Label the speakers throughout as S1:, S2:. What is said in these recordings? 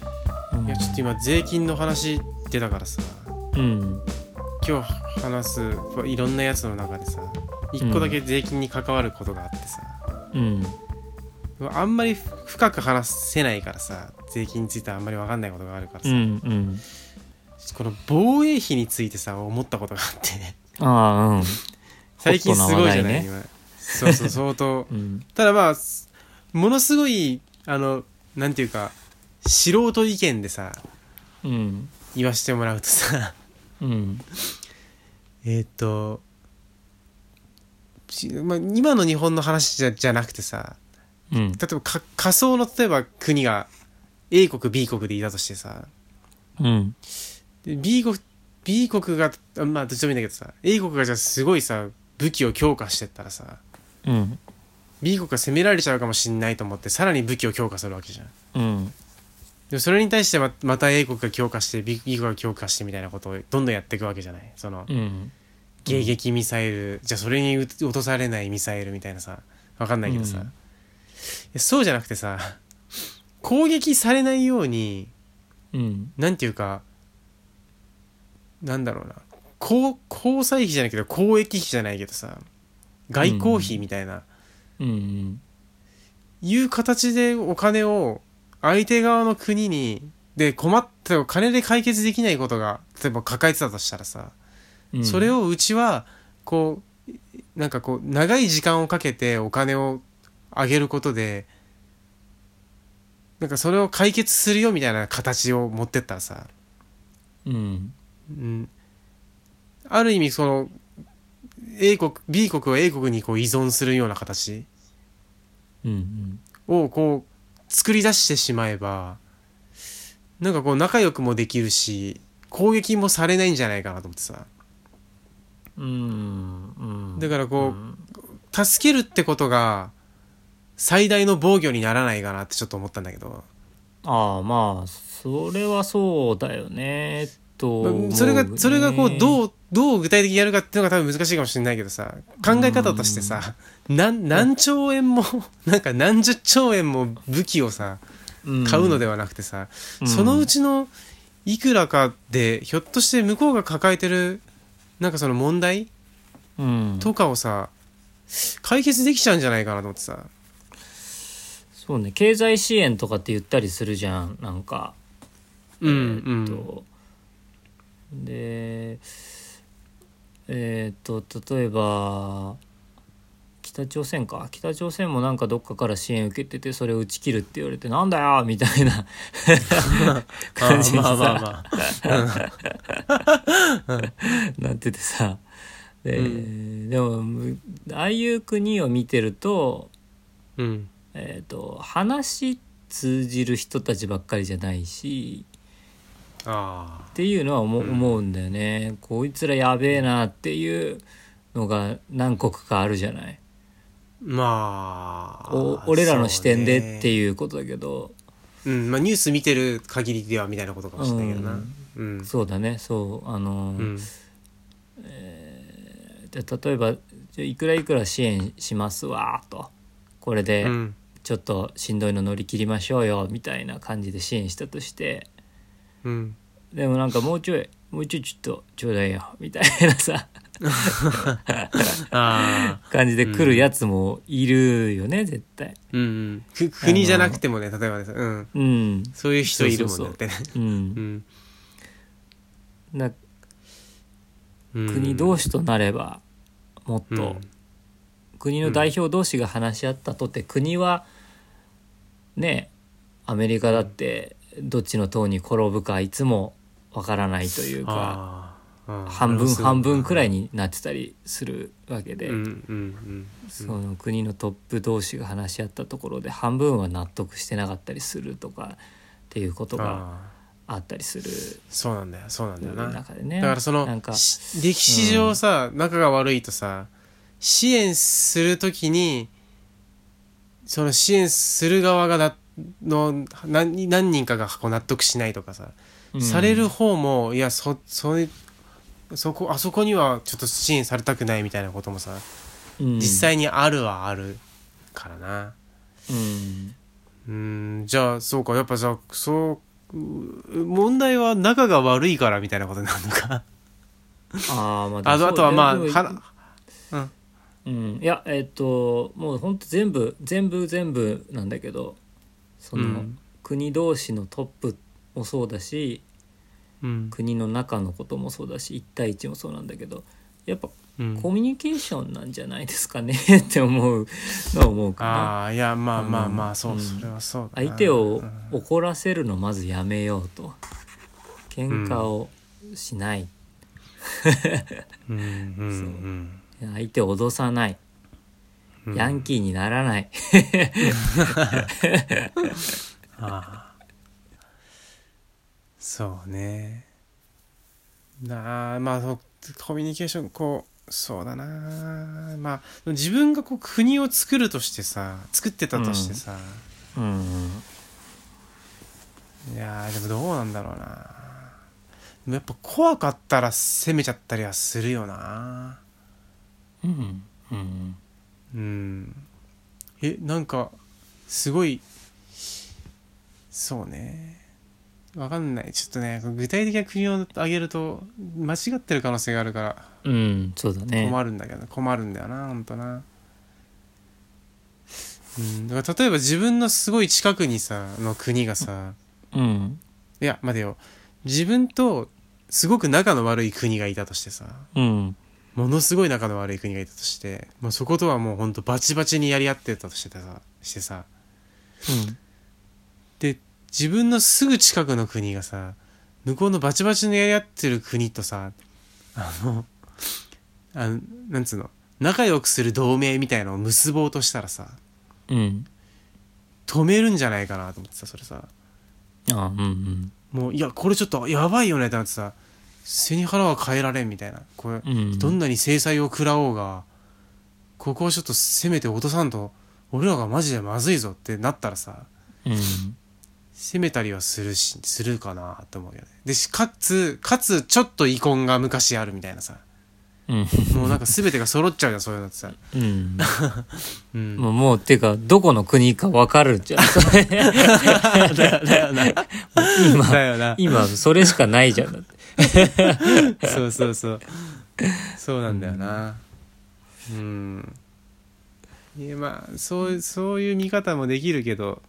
S1: いやちょっと今税金の話出たからさ
S2: うん
S1: 今日話すいろんなやつの中でさ一個だけ税金に関わることがあってさ、
S2: うん
S1: あんまり深く話せないからさ税金についてあんまり分かんないことがあるから
S2: う
S1: さ、
S2: んうん
S1: この防衛費についてさ思ったことがあって ね
S2: ああ
S1: 最近すごいじゃない
S2: ホット
S1: 今そうそう相 当
S2: うんうん
S1: ただまあすものすごいあのなんていうか素人意見でさ
S2: うん
S1: 言わしてもらうとさ
S2: うん
S1: えーっと、しまあ、今の日本の話じゃじゃなくてさ
S2: うん
S1: 例えばか仮想の例えば国が A 国 B 国でいたとしてさ
S2: うん
S1: で B 国 B 国があまあどっちでもいいんだけどさ A 国がじゃあすごいさ武器を強化してったらさ
S2: うん
S1: B 国が攻められちゃうかもしんないと思ってさらに武器を強化するわけじゃん。
S2: うん
S1: でもそれに対してままた A 国が強化して B 国が強化してみたいなことをどんどんやっていくわけじゃないその
S2: うん
S1: 迎撃ミサイルじゃあそれに撃落とされないミサイルみたいなさわかんないけどさ、
S2: うん
S1: いやそうじゃなくてさ攻撃されないように
S2: うん
S1: なんていうかなんだろうな交交際費じゃないけど交易費じゃないけどさ外交費みたいな、
S2: うん
S1: いう形でお金を相手側の国にで困って金で解決できないことが例えば抱えてたとしたらさ、
S2: うん
S1: それをうちはこうなんかこう長い時間をかけてお金をあげることでなんかそれを解決するよみたいな形を持ってったらさ、
S2: うん
S1: うん、ある意味その A 国 B 国は A 国にこう依存するような形
S2: うん
S1: をこう作り出してしまえばなんかこう仲良くもできるし攻撃もされないんじゃないかなと思ってさ
S2: うんうん
S1: だからこ
S2: うん
S1: う助けるってことが最大の防御にならないかなってちょっと思ったんだけど
S2: ああまあそれはそうだよねと思うね
S1: それがそれがこうどうどう具体的にやるかっていうのが多分難しいかもしれないけどさ考え方としてさなん何兆円も なんか何十兆円も武器をさ
S2: うん
S1: 買うのではなくてさ、
S2: うん
S1: そのうちのいくらかでひょっとして向こうが抱えてるなんかその問題
S2: うん
S1: とかをさ解決できちゃうんじゃないかなと思ってさ
S2: そうね経済支援とかって言ったりするじゃんなんか
S1: うんう
S2: えーっ
S1: ん
S2: とでえーっと例えば北朝鮮か北朝鮮もなんかどっかから支援受けててそれを打ち切るって言われてなんだよみたい な感じで
S1: あ
S2: さ
S1: ーまあまあ
S2: なっててさで,、
S1: う
S2: でもむああいう国を見てると,、
S1: うん
S2: えー、と話通じる人たちばっかりじゃないし
S1: あ
S2: っていうのは思,、う思うんだよねこいつらやべえなっていうのが何国かあるじゃない
S1: ーまあ
S2: お俺らの視点でって
S1: い
S2: いうことだけど
S1: う、うんまあ、ニュース見てる限りではみたいなことかもしれないけどな
S2: う
S1: うんんうん
S2: そうだねそうあの、
S1: うん
S2: じゃあ例えばじゃあいくらいくら支援しますわーとこれで
S1: うん
S2: ちょっとしんどいの乗り切りましょうよみたいな感じで支援したとして
S1: うん
S2: でもなんかもうちょいもうちょいちょっとちょうだいよみたいなさ
S1: ああ
S2: 感じで来るやつもいるよね、絶対
S1: うんうんく国じゃなくてもね例えばねうん
S2: うん
S1: そういう人いるもん
S2: そう
S1: だ
S2: そうそう
S1: ってね
S2: うん
S1: うん
S2: な
S1: うん
S2: 国同士となればもっと、国の代表同士が話し合ったとて、国はねアメリカだってどっちの党に転ぶかいつもわからないというか
S1: あーあー
S2: 半分半分くらい
S1: に、
S2: になってたりするわけで、
S1: うんうん
S2: その国のトップ同士が話し合ったところで半分は納得してなかったりするとかっていうこ
S1: う
S2: と
S1: ん、
S2: が
S1: あー
S2: あったりする
S1: そうなんだよそうなんだよなだ
S2: 中でね。
S1: からその
S2: なんか
S1: し歴史上さ、仲が悪いとさ支援するときにその支援する側がなの何何人かがこう納得しないとかさ、
S2: うん
S1: される方もいやそそれそこあそこにはちょっと支援されたくないみたいなこともさ、
S2: うん
S1: 実際にあるはあるからな。
S2: うん
S1: うーんじゃあそうかやっぱさそうう問題は仲が悪いからみたいなことになるのか
S2: あー まあでも
S1: あ
S2: そう
S1: とあとはい
S2: や
S1: まあ
S2: でも
S1: はな
S2: うん、いやえっともうほんと全部全部全部なんだけどその、
S1: うん
S2: 国同士のトップもそうだし
S1: うん
S2: 国の中のこともそうだし1対1もそうなんだけどやっぱ
S1: うん
S2: コミュニケーションなんじゃないですかね って思うのは思うかな。
S1: ああいやまあまあまあそううんそれはそうだな
S2: 相手を怒らせるのまずやめようと喧嘩をしない、
S1: うんうん
S2: 相手を脅さない、
S1: うん
S2: ヤンキーにならない
S1: ああそうねなあまあそうコミュニケーションこうそうだなまあ自分がこう国を作るとしてさ作ってたとしてさ、
S2: うん
S1: いやーでもどうなんだろうなでもやっぱ怖かったら攻めちゃったりはするよな
S2: うんうん
S1: うんえなんかすごいそうねわかんないちょっとね具体的な国を挙げると間違ってる可能性があるから
S2: うんそうだね
S1: 困るんだけど、困るんだよなほんとなうんだから例えば自分のすごい近くにさの国がさ
S2: うん
S1: いや待てよ自分とすごく仲の悪い国がいたとしてさ
S2: うん
S1: ものすごい仲の悪い国がいたとして、まあ、そことはもうほんとバチバチにやり合ってたとしてさしてさで自分のすぐ近くの国がさ向こうのバチバチにやり合ってる国とさあのあのなんつうの仲良くする同盟みたいのを結ぼうとしたらさ
S2: うんうん
S1: 止めるんじゃないかなと思ってさそれさ
S2: あうんうん
S1: もういやこれちょっとやばいよねってなってさ背に腹は変えられんみたいなこれ
S2: うん
S1: どんなに制裁を食らおうがここをちょっと攻めて落とさんと俺らがマジでまずいぞってなったらさ
S2: うん
S1: 攻めたりはするしするかなと思うよねでしかつかつちょっと遺恨が昔あるみたいなさ
S2: うん
S1: もうなんか全てが揃っちゃうじゃんそういうのってさ、
S2: うん
S1: うん、
S2: もうもうっていうかどこの国か分かるじゃん今
S1: だよな
S2: 今それしかないじゃんだって
S1: そうそうそうそうなんだよなうん、いやまあそうそういう見方もできるけど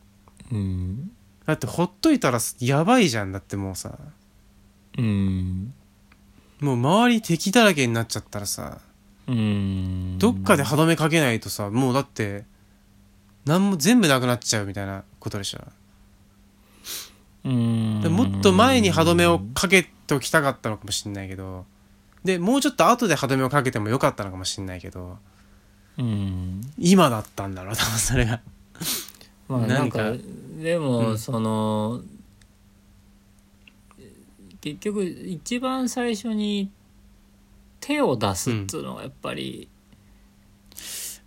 S2: うん
S1: だってほっといたらやばいじゃんだってもうさ
S2: うん
S1: もう周り敵だらけになっちゃったらさ
S2: うん
S1: どっかで歯止めかけないとさもうだってなんも全部なくなっちゃうみたいなことでしょ
S2: うん
S1: でもっと前に歯止めをかけておきたかったのかもしんないけどでもうちょっと後で歯止めをかけてもよかったのかもしんないけど
S2: うん
S1: 今だったんだろう多 分それが
S2: まあな
S1: なんん
S2: か
S1: か
S2: でも、
S1: うん
S2: その結局一番最初に手を出すっていうのはやっぱり、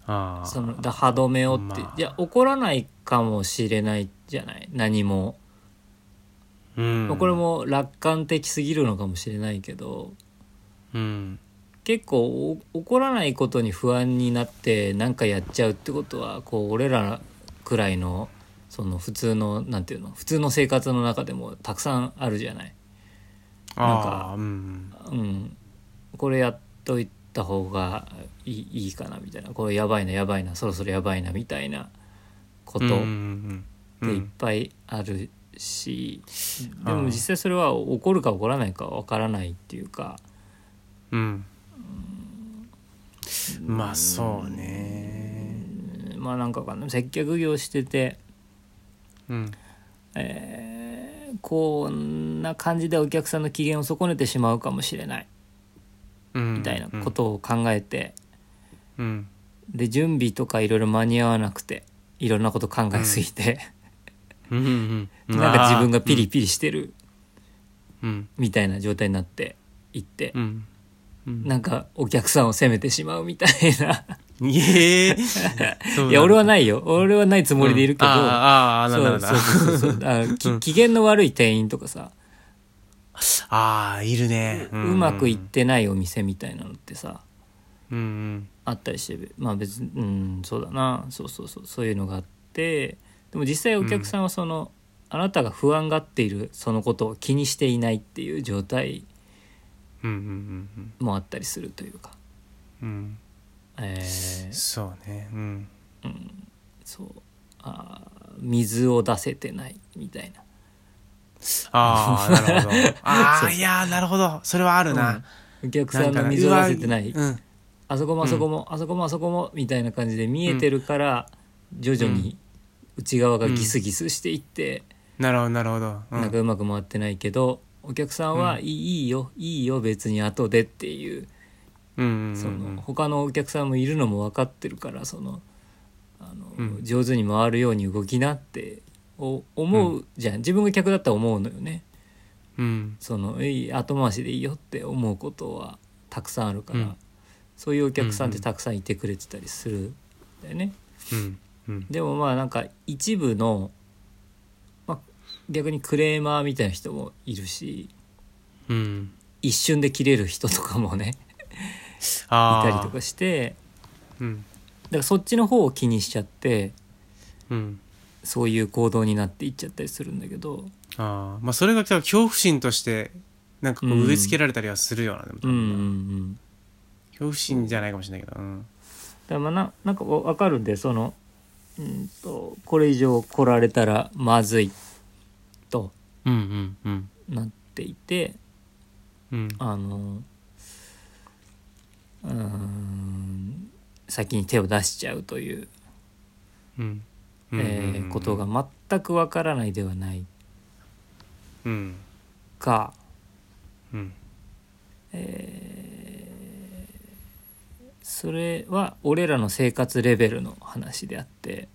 S1: あ
S2: そのだ歯止めをって、
S1: まあ
S2: いや怒らないかもしれないじゃない何も、
S1: あうん
S2: まあこれも楽観的すぎるのかもしれないけど
S1: うん
S2: 結構お怒らないことに不安になって何かやっちゃうってことはこう俺らくらいのその普通のなんていうの普通の生活の中でもたくさんあるじゃない。なんか
S1: ああうん
S2: うん、これやっといた方がいいいいかなみたいなこれやばいなやばいなそろそろやばいなみたいなこと
S1: う
S2: っ
S1: んうん
S2: て
S1: うんう
S2: いっ
S1: ん
S2: ぱいあるし、で
S1: あ
S2: も
S1: ー
S2: 実際それは怒るか怒らないかわからないっていうか
S1: うんまあそうね
S2: うんまあなんかわかんない接客業してて、
S1: うん
S2: えーこんな感じでお客さんの機嫌を損ねてしまうかもしれない
S1: み
S2: みたいなことを考えて。
S1: うん
S2: で準備とかいろいろ間に合わなくていろんなこと考えすぎて、
S1: うんうんうん
S2: なんか自分がピリピリしてる
S1: うん
S2: みたいな状態になっていって、
S1: うんうん
S2: なんかお客さんを責めてしまうみたいな
S1: ええ
S2: いや俺は
S1: ない
S2: ないよ俺はないつもりでいるけど、
S1: あーあー
S2: そ
S1: なんだなだ
S2: うんそうそうそうそうあき機嫌の悪い店員とかさ、
S1: ああいるね
S2: う
S1: うん
S2: まくいってないお店みたいなのってさ
S1: うん
S2: あったりしてまあ別にうんそうだなそうそうそうそういうのがあってでも実際お客さんはその、あなたが不安がっているそのことを気にしていないっていう状態
S1: うんうん
S2: もあったりするというか、
S1: うんうん
S2: え
S1: うん
S2: ー
S1: そうねうん
S2: そうあー水を出せてないみたいな
S1: ああなるほどあ
S2: そ
S1: あ
S2: う
S1: いやーなるほどそれはあるな、
S2: うんお客
S1: な
S2: さ
S1: ん
S2: ん
S1: か
S2: が
S1: ね
S2: 水を出せてないう
S1: わうん
S2: あそこもあそこも、あそこもあそこもみたいな感じで見えてるから、徐々に内側がギスギスしていって、
S1: なるほどなるほど、うん
S2: なんかうまく回ってないけどお客さんは「
S1: う
S2: いいいいよいいよ別に後で」っていう
S1: うんうんうんうん
S2: その他のお客さんもいるのも分かってるからそのあの、
S1: うん
S2: 上手に回るように動きなってお思うじゃん、自分が客だったら思うのよね
S1: うん
S2: そのいい後回しでいいよって思うことはたくさんあるから、
S1: うん
S2: そういうお客さん
S1: う
S2: っ
S1: ん
S2: て
S1: うん
S2: たくさんいてくれてたりするんだよね。
S1: うんうん
S2: でもまあなんか一部の、まあ、逆にクレーマーみたいな人もいるし
S1: うん
S2: 一瞬で切れる人とかもねい
S1: あ
S2: た
S1: あ
S2: りとかして
S1: うん
S2: だからそっちの方を気にしちゃって
S1: うん
S2: そういう行動になっていっちゃったりするんだけど
S1: ああまあそれが恐怖心としてなんかこう植え付けられたりはするような、でも
S2: うんうんうん
S1: 恐怖心じゃないかもしれないけどうん
S2: だからまあななんかこう分かるんでそのうんとこれ以上来られたらまずいと
S1: うんうんうん
S2: なっていて
S1: うん
S2: あのうーん先に手を出しちゃうという、
S1: うん
S2: えーことが全くわからないではない
S1: うん
S2: か、
S1: うん
S2: えーそれは俺らの生活レベルの話であって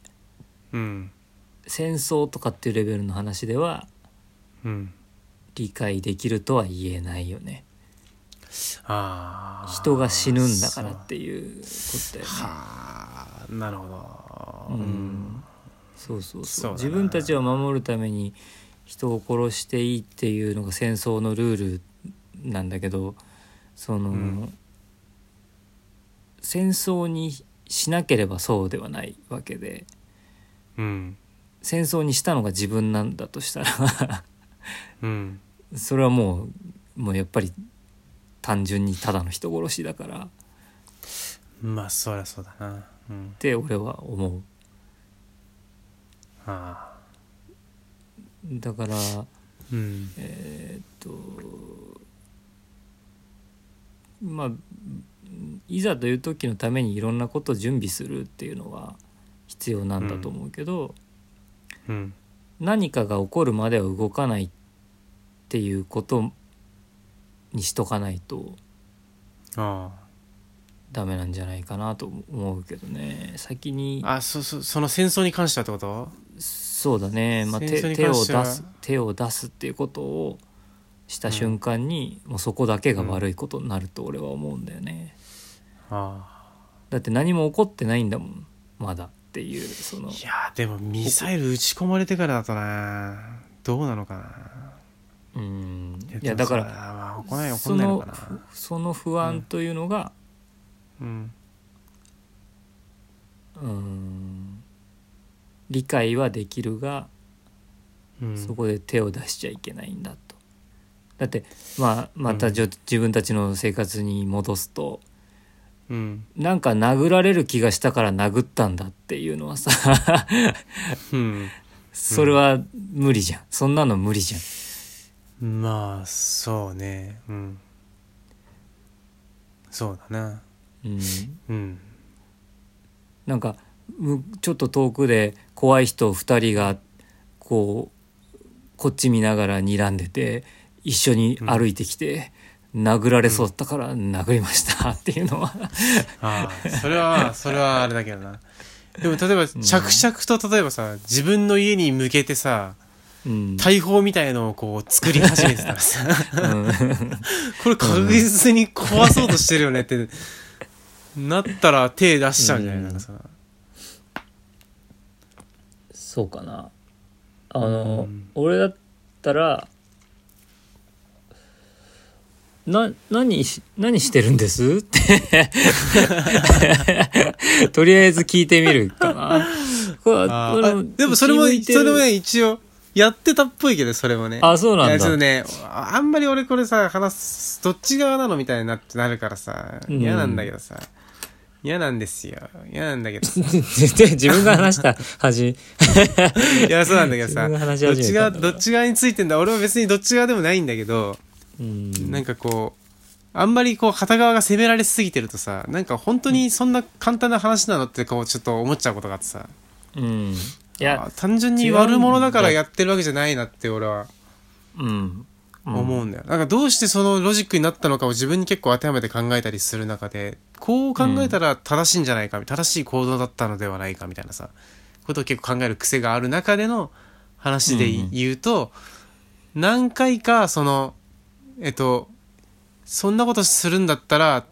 S1: うん
S2: 戦争とかっていうレベルの話では
S1: うん
S2: 理解できるとは言えないよね
S1: ああ
S2: 人が死ぬんだから
S1: そう
S2: っていうことだよね
S1: はあなるほど
S2: う
S1: うんん
S2: そうそう
S1: そうだ
S2: そう
S1: な
S2: 自分たちを守るために人を殺していいっていうのが戦争のルールなんだけどその、
S1: うん
S2: 戦争にしなければそうではないわけで
S1: うん
S2: 戦争にしたのが自分なんだとしたら
S1: うん
S2: それはもうもうやっぱり単純にただの人殺しだからっ
S1: まあそりゃそうだなうん
S2: て俺は思う。
S1: ああ
S2: だから
S1: うん
S2: えーっとまあいざという時のためにいろんなことを準備するっていうのは必要なんだと思うけど、
S1: うん
S2: 何かが起こるまでは動かないっていうことにしとかないと
S1: あ
S2: ダメなんじゃないかなと思うけどね先に
S1: ああそそその戦争に関してはってこと
S2: そうだね、まあ、
S1: 戦争
S2: 手
S1: に
S2: 手
S1: 関
S2: を
S1: しては
S2: 出す手を出すっていうことをした瞬間に、もうそこだけが悪いことになると俺は思うんだよね。
S1: あ
S2: だって何も起こってないんだもんまだっていうその
S1: あいやでもミサイル撃ち込まれてからだとなどうなのか
S2: うん
S1: ない
S2: やだか
S1: でも
S2: ら
S1: さまあ怒らない怒
S2: そ
S1: らないの
S2: の
S1: かな
S2: その不安というのが、
S1: うん
S2: うん、理解はできるが
S1: うん
S2: そこで手を出しちゃいけないんだと。だって、まあ、またじょ、自分たちの生活に戻すと
S1: うん
S2: なんか殴られる気がしたから殴ったんだっていうのはさ
S1: うん
S2: それは無理じゃんそんなの無理じゃん。
S1: まあそうねうんそうだな
S2: うん
S1: うん
S2: なんかむちょっと遠くで怖い人2人がこうこっち見ながら睨んでて一緒に歩いてきて、殴られそうだったから殴りましたっていうのは、
S1: ああそれは それはあれだけどなでも例えば着々と例えばさ自分の家に向けてさ
S2: うん
S1: 大砲みたいのをこう作り始めてたらさ
S2: うん
S1: これ確実に壊そうとしてるよねってなったら手出しちゃうんじゃないなんかさ
S2: そうかなあの、
S1: うん
S2: 俺だったらな何し何してるんですって とりあえず聞いてみるかなこれ
S1: あ
S2: これ
S1: ーあでもそれも
S2: 気抜いて
S1: そ
S2: る
S1: れもね一応やってたっぽいけどそれもね
S2: あそうなん
S1: い
S2: だ
S1: やちょっとねああんまり俺これさ話すどっち側なのみたいになってなるからさ
S2: うん
S1: 嫌なんだけどさ、嫌なんですよ嫌なんだけど さ
S2: 絶対自分が話した恥
S1: いやそうなんだけどさ
S2: 自分が話し
S1: どっ
S2: 始
S1: ち
S2: めた
S1: 側
S2: んだ
S1: どっち側についてんだ俺は別にどっち側でもないんだけど、
S2: うん
S1: なんかこうあんまりこう片側が攻められすぎてるとさなんか本当にそんな簡単な話なのってこうちょっと思っちゃうことがあってさ
S2: うんい
S1: あ
S2: や
S1: 単純に
S2: 違うんだ
S1: 悪者だからやってるわけじゃないなって俺は
S2: うん
S1: 思うんだよ、なんかどうしてそのロジックになったのかを自分に結構当てはめて考えたりする中でこう考えたら正しいんじゃないか、正しい行動だったのではないかみたいなさことを結構考える癖がある中での話で
S2: うんうん
S1: 言うと、何回かそのえっとそんなことするんだったら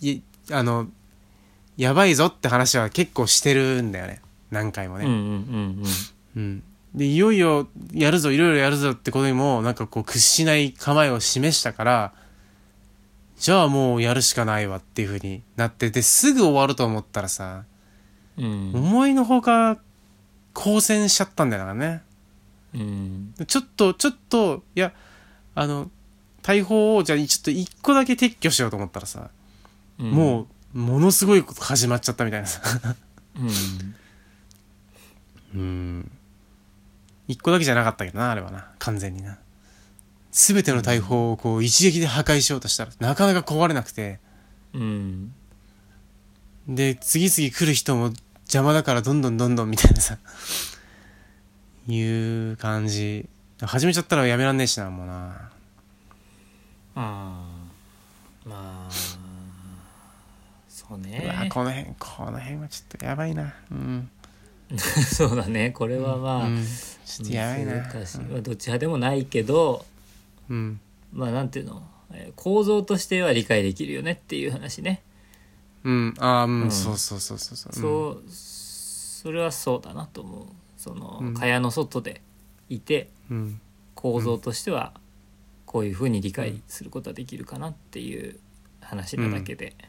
S1: いあのやばいぞって話は結構してるんだよね何回も
S2: う
S1: ね。
S2: んうんうん
S1: うん、でいよいよやるぞいろいろやるぞってことにもなんかこう屈しない構えを示したからじゃあもうやるしかないわっていうふうになってですぐ終わると思ったらさ、
S2: うんうん
S1: 思いのほか交戦しちゃったんだからね
S2: うん
S1: ちょっとちょっといやあの大砲をじゃあちょっと一個だけ撤去しようと思ったらさ、
S2: うん
S1: もうものすごいこと始まっちゃったみたいなさ
S2: うん
S1: うん一個だけじゃなかったけどなあれはな完全にな全ての大砲をこう一撃で破壊しようとしたらなかなか壊れなくて
S2: うん
S1: で次々来る人も邪魔だからどんどんどんどんみたいなさいう感じ始めちゃったらやめらんねえしなもうな
S2: あーまあそ
S1: う
S2: う
S1: わ
S2: ね
S1: この辺この辺はちょっとやばいなうん、
S2: そうだねこれはまあ
S1: うんちょっとやばいな
S2: 難しいまあどっち派でもないけど
S1: うん
S2: まあなんていうのえー構造としては理解できるよねっていう話ね
S1: うんああうん、
S2: うん
S1: そうそうそうそうそう
S2: そうそれはそうだなと思うその
S1: うん
S2: 蚊帳の外でいて
S1: うん
S2: 構造としてはこういうふうに理解することはできるかなっていう話なだけで、
S1: うん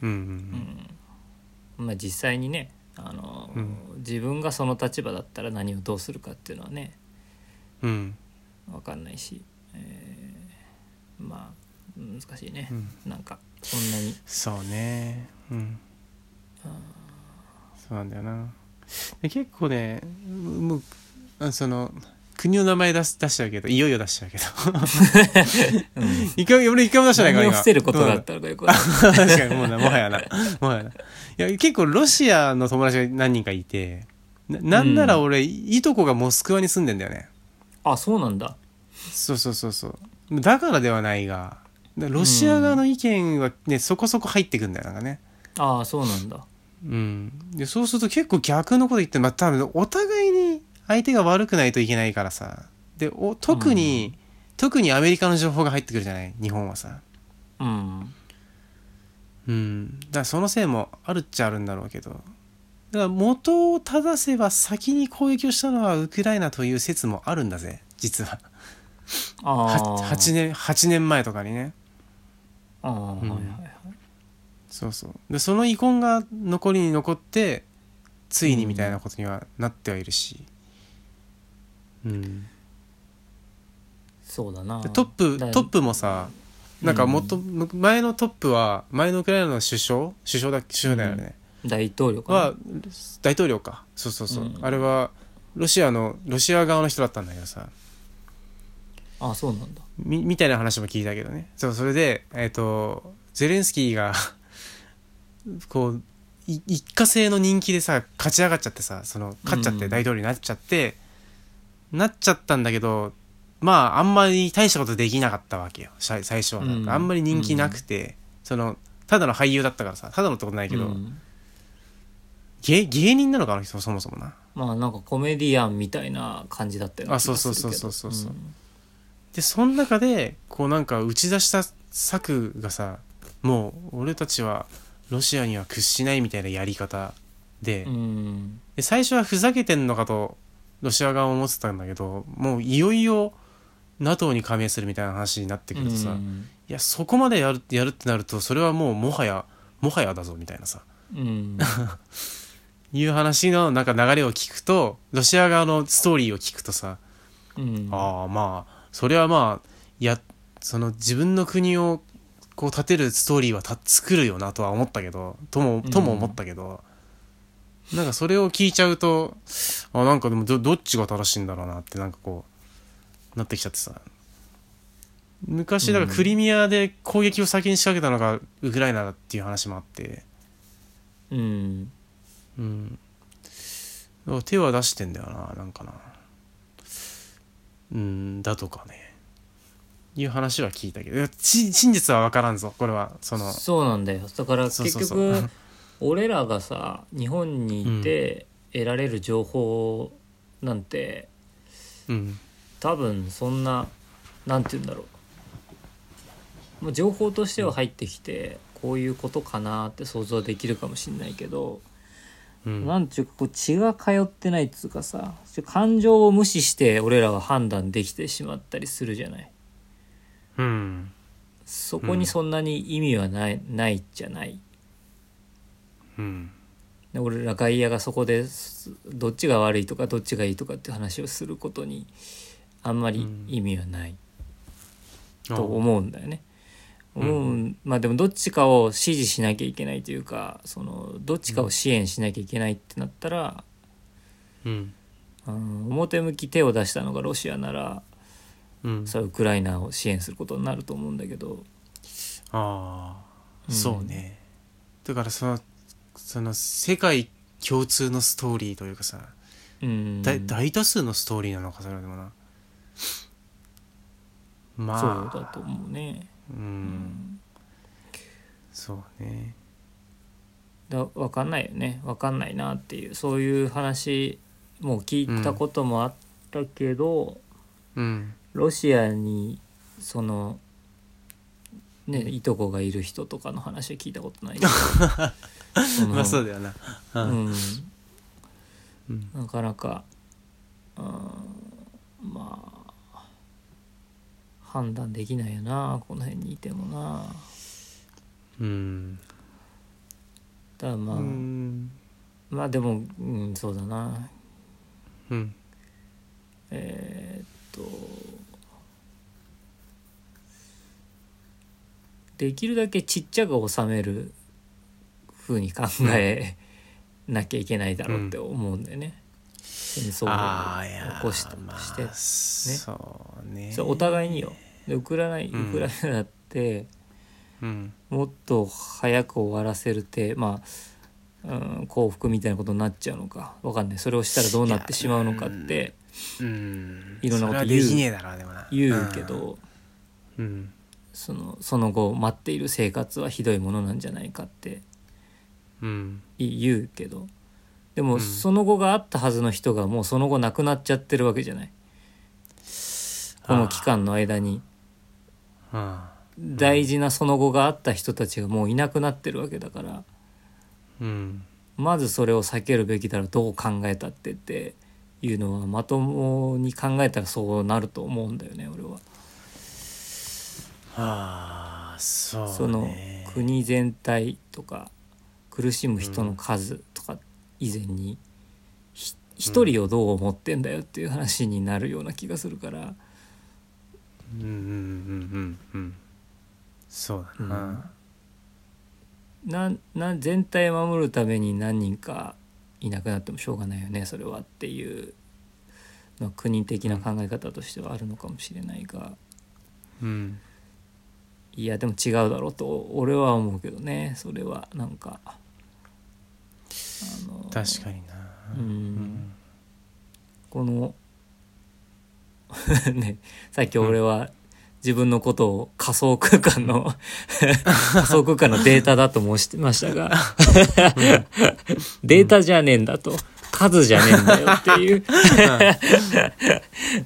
S1: う
S2: うんんまあ、実際にねあの、
S1: うん
S2: 自分がその立場だったら何をどうするかっていうのはね
S1: うんうん
S2: 分かんないし、えーまあ難しいね、
S1: うん
S2: なんかそんなに
S1: そうねうんそうなんだよなで結構ねもうあその国の名前出す出しちゃうけどいよいよ出しちゃうけど一回俺一回も出してないから
S2: 何を
S1: 今
S2: 伏せることがあ
S1: う
S2: っ
S1: ん
S2: たのかよくわかんない
S1: 確かにもうなもはやなもはやないや結構ロシアの友達が何人かいてななんなら俺、いとこがモスクワに住んでんだよね
S2: あそうなんだ
S1: そうそうそうそうだからではないがだロシア側の意見はね、そこそこ入ってくんだよなんかね
S2: ああそうなんだ
S1: うん、でそうすると結構逆のこと言ってまあ多分お互いに相手が悪くないといけないからさでお特に、特にアメリカの情報が入ってくるじゃない日本はさ、
S2: うん
S1: うん、だからそのせいもあるっちゃあるんだろうけどだから元を正せば先に攻撃をしたのはウクライナという説もあるんだぜ実は
S2: あ
S1: は
S2: あ
S1: 8年8年前とかにね
S2: ああ、はいはいはい
S1: そうそうでその遺恨が残りに残ってついにみたいなことにはなってはいるしうん
S2: そうだな
S1: でトップ
S2: だ
S1: トップもさなんかもっと、前のトップは前のウクライナの首相首相だ首相だよね、
S2: 大統領かな
S1: は大統領かそうそうそう、
S2: うん
S1: あれはロシアのロシア側の人だったんだけどさ
S2: ああそうなんだ
S1: みみたいな話も聞いたけどねそうそれでえっ、とゼレンスキーが こうい一過性の人気でさ勝ち上がっちゃってさその勝っちゃっ
S2: う
S1: て
S2: ん
S1: 大統領になっちゃって、なっちゃったんだけどまああんまり大したことできなかったわけよさい最初は、
S2: うん
S1: あんまり人気なくて、そのただの俳優だったからさただのってことないけど、
S2: うん
S1: 芸芸人なのかなそそもそもな
S2: まあなんかコメディアンみたいな感じだったよね
S1: あそうそうそうそうそうそう
S2: うん
S1: でその中でこうなんか打ち出した策がさもう俺たちはロシアには屈しないみたいなやり方で,、
S2: うん
S1: で最初はふざけてんのかとロシア側は思ってたんだけどもういよいよ NATO に加盟するみたいな話になってくるとさ、
S2: う
S1: い
S2: ん
S1: やそこまでやるやるってなるとそれはもうもはやもはやだぞみたいなさ
S2: うん
S1: いう話のなんか流れを聞くとロシア側のストーリーを聞くとさ
S2: うん、
S1: ああまあそれはまあやその自分の国をこう立てるストーリーはた作るよなとは思ったけどともとも思ったけど、なんかそれを聞いちゃうとあなんかでもどどっちが正しいんだろうなってなんかこうなってきちゃってさ昔だからクリミアで攻撃を先に仕掛けたのがウクライナだっていう話もあって、
S2: うん、
S1: うん、手は出してんだよななんかなうんだとかねいう話は聞いたけどいやち真実は分からんぞこれはその
S2: そうなんだよだから結
S1: そう
S2: 局
S1: そうそう
S2: 俺らがさ日本にいて得られる情報なんて、
S1: うん
S2: 多分そんななんて言うんだろうもう情報としては入ってきて、こういうことかなって想像できるかもしんないけど、
S1: うん
S2: なんていうかこう血が通ってないっつうかさ感情を無視して俺らは判断できてしまったりするじゃない
S1: うん
S2: そこにそんなに意味はない,、ないじゃない
S1: うん
S2: で俺ら外野がそこですどっちが悪いとかどっちがいいとかって話をすることにあんまり意味はないと思うんだよね。
S1: ん
S2: 思うんまあでもどっちかを支持しなきゃいけないというかそのどっちかを支援しなきゃいけないってなったら、
S1: うん
S2: うん表向き手を出したのがロシアなら
S1: うん
S2: それはウクライナを支援することになると思うんだけど
S1: ああ
S2: うん
S1: そうねだからそのその世界共通のストーリーというかさ
S2: うん
S1: 大大多数のストーリーなのかそれでもなまあ
S2: そうだと思うね。
S1: うん、そうね
S2: だ分かんないよね分かんないなっていうそういう話も聞いたこともあったけど、
S1: うん
S2: ロシアにそのねいとこがいる人とかの話は聞いたことないけどその
S1: まあそうだよなう
S2: うんん
S1: うん
S2: なかなか、うん、まあ判断できないよなこの辺にいてもな
S1: うん
S2: ただまあ、
S1: うん
S2: まあでも、うん、そうだな
S1: うん
S2: えーっとできるだけちっちゃく収める風に考えなきゃいけないだろうって思うんだよね、戦争
S1: ああい
S2: を
S1: や
S2: 起こしたと
S1: まあ
S2: して、
S1: そうね
S2: それお互いによでウクライナウ
S1: うん
S2: クライナだって
S1: うん
S2: もっと早く終わらせるってまあ、うん、幸福みたいなことになっちゃうのかわかんないそれをしたらどうなってしまうのかって
S1: うん
S2: いろんなこと
S1: それは
S2: 言う
S1: できねえだろうでもな
S2: 言うけど。
S1: うん
S2: そのその後待っている生活はひどいものなんじゃないかって
S1: うん
S2: い言うけどで
S1: う
S2: も、
S1: ん
S2: その後があったはずの人がもうその後亡くなっちゃってるわけじゃないこの期間の間に
S1: ああ
S2: 大事なその後があった人たちがもういなくなってるわけだから
S1: うん
S2: まずそれを避けるべきだろうどう考えたってっていうのはまともに考えたらそうなると思うんだよね俺は。
S1: ああそうね
S2: その国全体とか苦しむ人の数とか以前にひ一人をどう思ってんだよっていう話になるような気がするから
S1: うんうんうんうんうんそうだな
S2: なんなん全体を守るために何人かいなくなってもしょうがないよねそれはっていうのは国的な考え方としてはあるのかもしれないが
S1: うん
S2: いやでも違うだろうと俺は思うけどねそれはなんかあの
S1: 確かにな
S2: うんこの ねさっき俺は自分のことを仮想空間の 仮想空間のデータだと申してましたがデータじゃねえんだと数じゃねえんだよっていう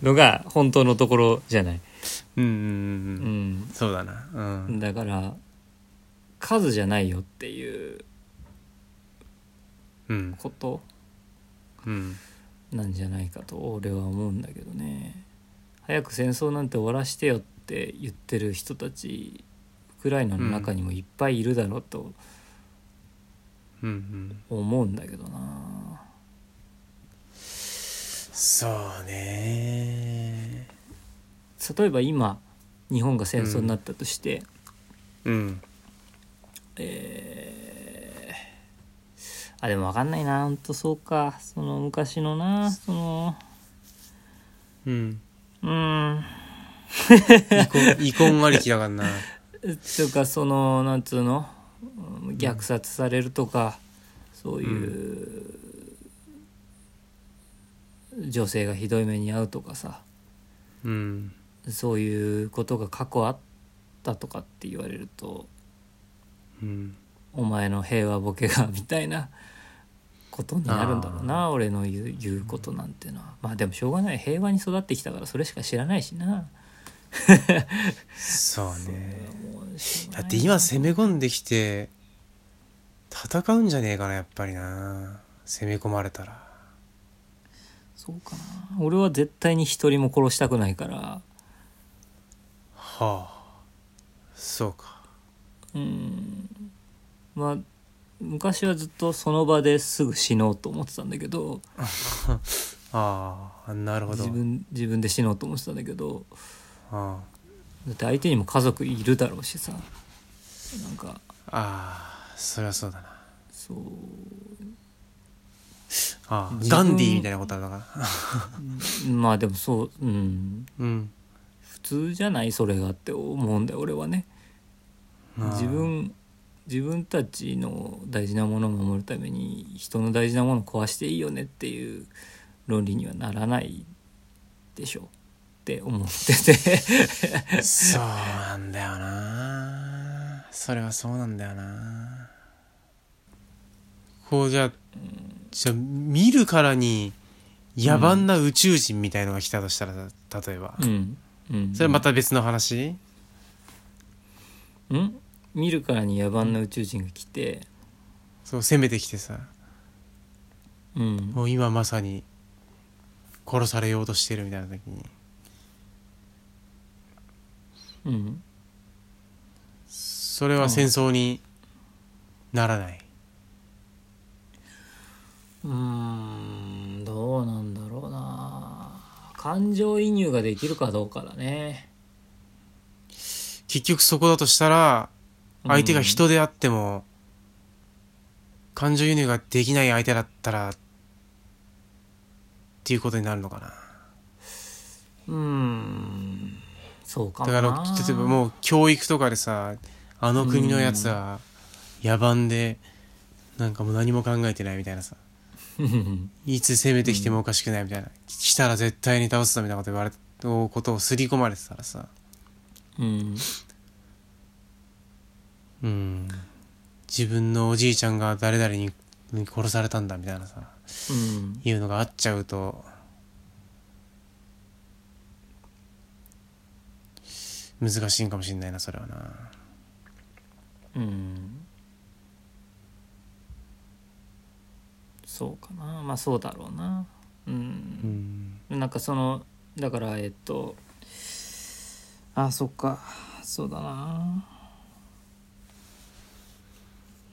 S2: のが本当のところじゃない。
S1: うんうんう
S2: うん
S1: うん
S2: ん、
S1: そうだなうん
S2: だから数じゃないよっていう
S1: うん
S2: こと
S1: うん
S2: なんじゃないかと俺は思うんだけどね早く戦争なんて終わらしてよって言ってる人たちウクライナの中にもいっぱいいるだろうと
S1: うんうん
S2: 思うんだけどな、
S1: そうね
S2: 例えば今日本が戦争になったとして、
S1: うん
S2: あでも分かんないなほんとそうかその昔のなその
S1: うん
S2: うーん
S1: 離婚 離婚ありきだからな
S2: とかそのなんつうのうん虐殺されるとかそういう、女性がひどい目に遭うとかさ
S1: うん
S2: そういうことが過去あったとかって言われると
S1: うん
S2: お前の平和ボケがみたいなことになるんだろうな俺の言う言うことなんてのはまあでもしょうがない平和に育ってきたからそれしか知らないしな
S1: そうね
S2: もうしょうが
S1: だ
S2: ない
S1: って今攻め込んできて戦うんじゃねえかなやっぱりな攻め込まれたら
S2: そうかな俺は絶対に一人も殺したくないから
S1: はあそうか
S2: うんまあ昔はずっとその場ですぐ死のうと思ってたんだけど
S1: ああなるほど
S2: 自分自分で死のうと思ってたんだけど
S1: あ
S2: だって相手にも家族いるだろうしさなんか
S1: あああそりゃそうだな
S2: そう
S1: ああ
S2: 自分
S1: ガンディーみたいなことだから
S2: まあでもそううん
S1: うん
S2: 普通じゃないそれがって思うんだよ俺はね
S1: ああ
S2: 自分自分たちの大事なものを守るために人の大事なものを壊していいよねっていう論理にはならないでしょって思 ってて
S1: そうなんだよなそれはそうなんだよなこうじゃあじゃあ見るからに野蛮な宇宙人みたいのが来たとしたらさ例えば、
S2: うん、うん、
S1: それはまた別の話
S2: うん見るからに野蛮な宇宙人が来て
S1: そう攻めてきてさ
S2: うん
S1: もう今まさに殺されようとしてるみたいな時に
S2: うん
S1: それは戦争にならない、
S2: うーんどうなんだろうな感情移入ができるかどうかだね
S1: 結局そこだとしたら相手が人であっても、感情移入ができない相手だったらっていうことになるのかな
S2: うんうんそうか
S1: だ
S2: も
S1: か
S2: な
S1: ら例えばもう教育とかでさあの国のやつは野蛮でなんかもう何も考えてないみたいなさ
S2: うん
S1: いつ攻めてきてもおかしくないみたいな、来たら絶対に倒すぞみたいなこと言われたことをすり込まれてたらさ
S2: うん
S1: うん自分のおじいちゃんが誰々にに殺されたんだみたいなさ
S2: うん
S1: いうのがあっちゃうと難しいんかもしれないなそれはな
S2: うんそうかなまあそうだろうなうん
S1: うん
S2: なんかそのだからえっとあそっかそうだな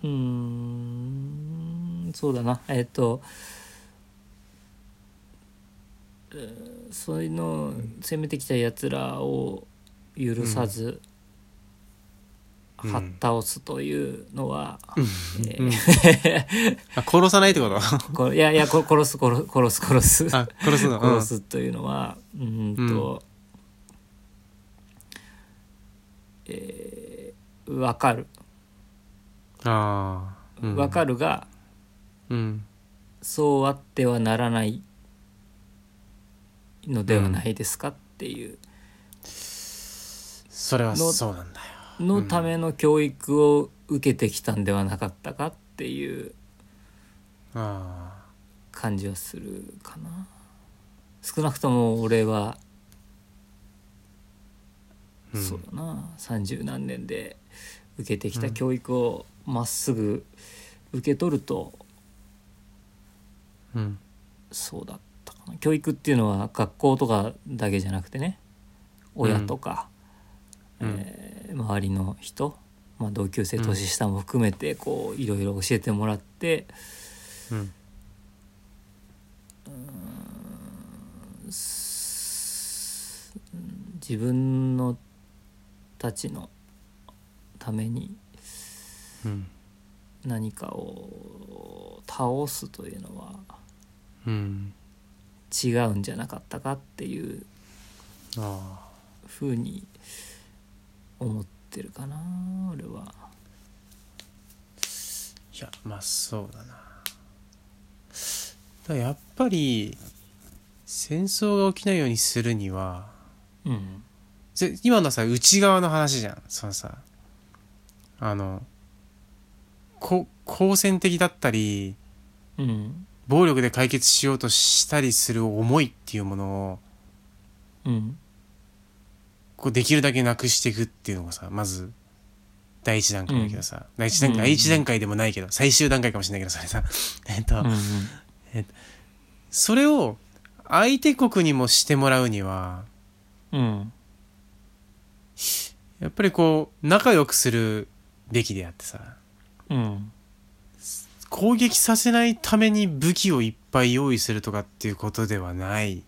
S2: うーんそうだなえっとうーそういうの攻めてきたやつらを許さず、
S1: うん
S2: はっ倒すというのは、えー
S1: うんあ殺さないってこと
S2: これいやいやこ殺す殺す殺す殺す
S1: あ殺すの
S2: 殺すというのはうーんと、えーわかる
S1: うん、ああ
S2: わかるが、
S1: るうん
S2: そうあってはならないのではないですかっていう
S1: それは
S2: の
S1: そうなんだよ
S2: のための教育を受けてきたんではなかったかっていう
S1: あ
S2: 感じはするかな少なくとも俺は、
S1: あん
S2: そうだな30何年で受けてきた教育をまっすぐ受け取ると、
S1: うん
S2: そうだったかな教育っていうのは学校とかだけじゃなくてね親とか、
S1: うん
S2: えー周りの人、まあ、同級生年下も含めてこういろいろ教えてもらって
S1: うん
S2: 自分のたちのために
S1: うん
S2: 何かを倒すというのは
S1: うん
S2: 違うんじゃなかったかっていう
S1: あ
S2: ふうに思ってるかな俺は。
S1: ーいやまあそうだなだからやっぱり戦争が起きないようにするには
S2: うん
S1: ぜ今のさ内側の話じゃんそのさあのこ好戦的だったり
S2: うん
S1: 暴力で解決しようとしたりする思いっていうものを
S2: うん
S1: こうできるだけなくしていくっていうのがさまず第一段階だけどさ、第一
S2: う
S1: 段
S2: ん
S1: 階第一段階でもないけど最終段階かもしれないけどそれさ えっと、
S2: うん
S1: それを相手国にもしてもらうには
S2: うん
S1: やっぱりこう仲良くするべきであってさ
S2: うん
S1: 攻撃させないために武器をいっぱい用意するとかっていうことではないっ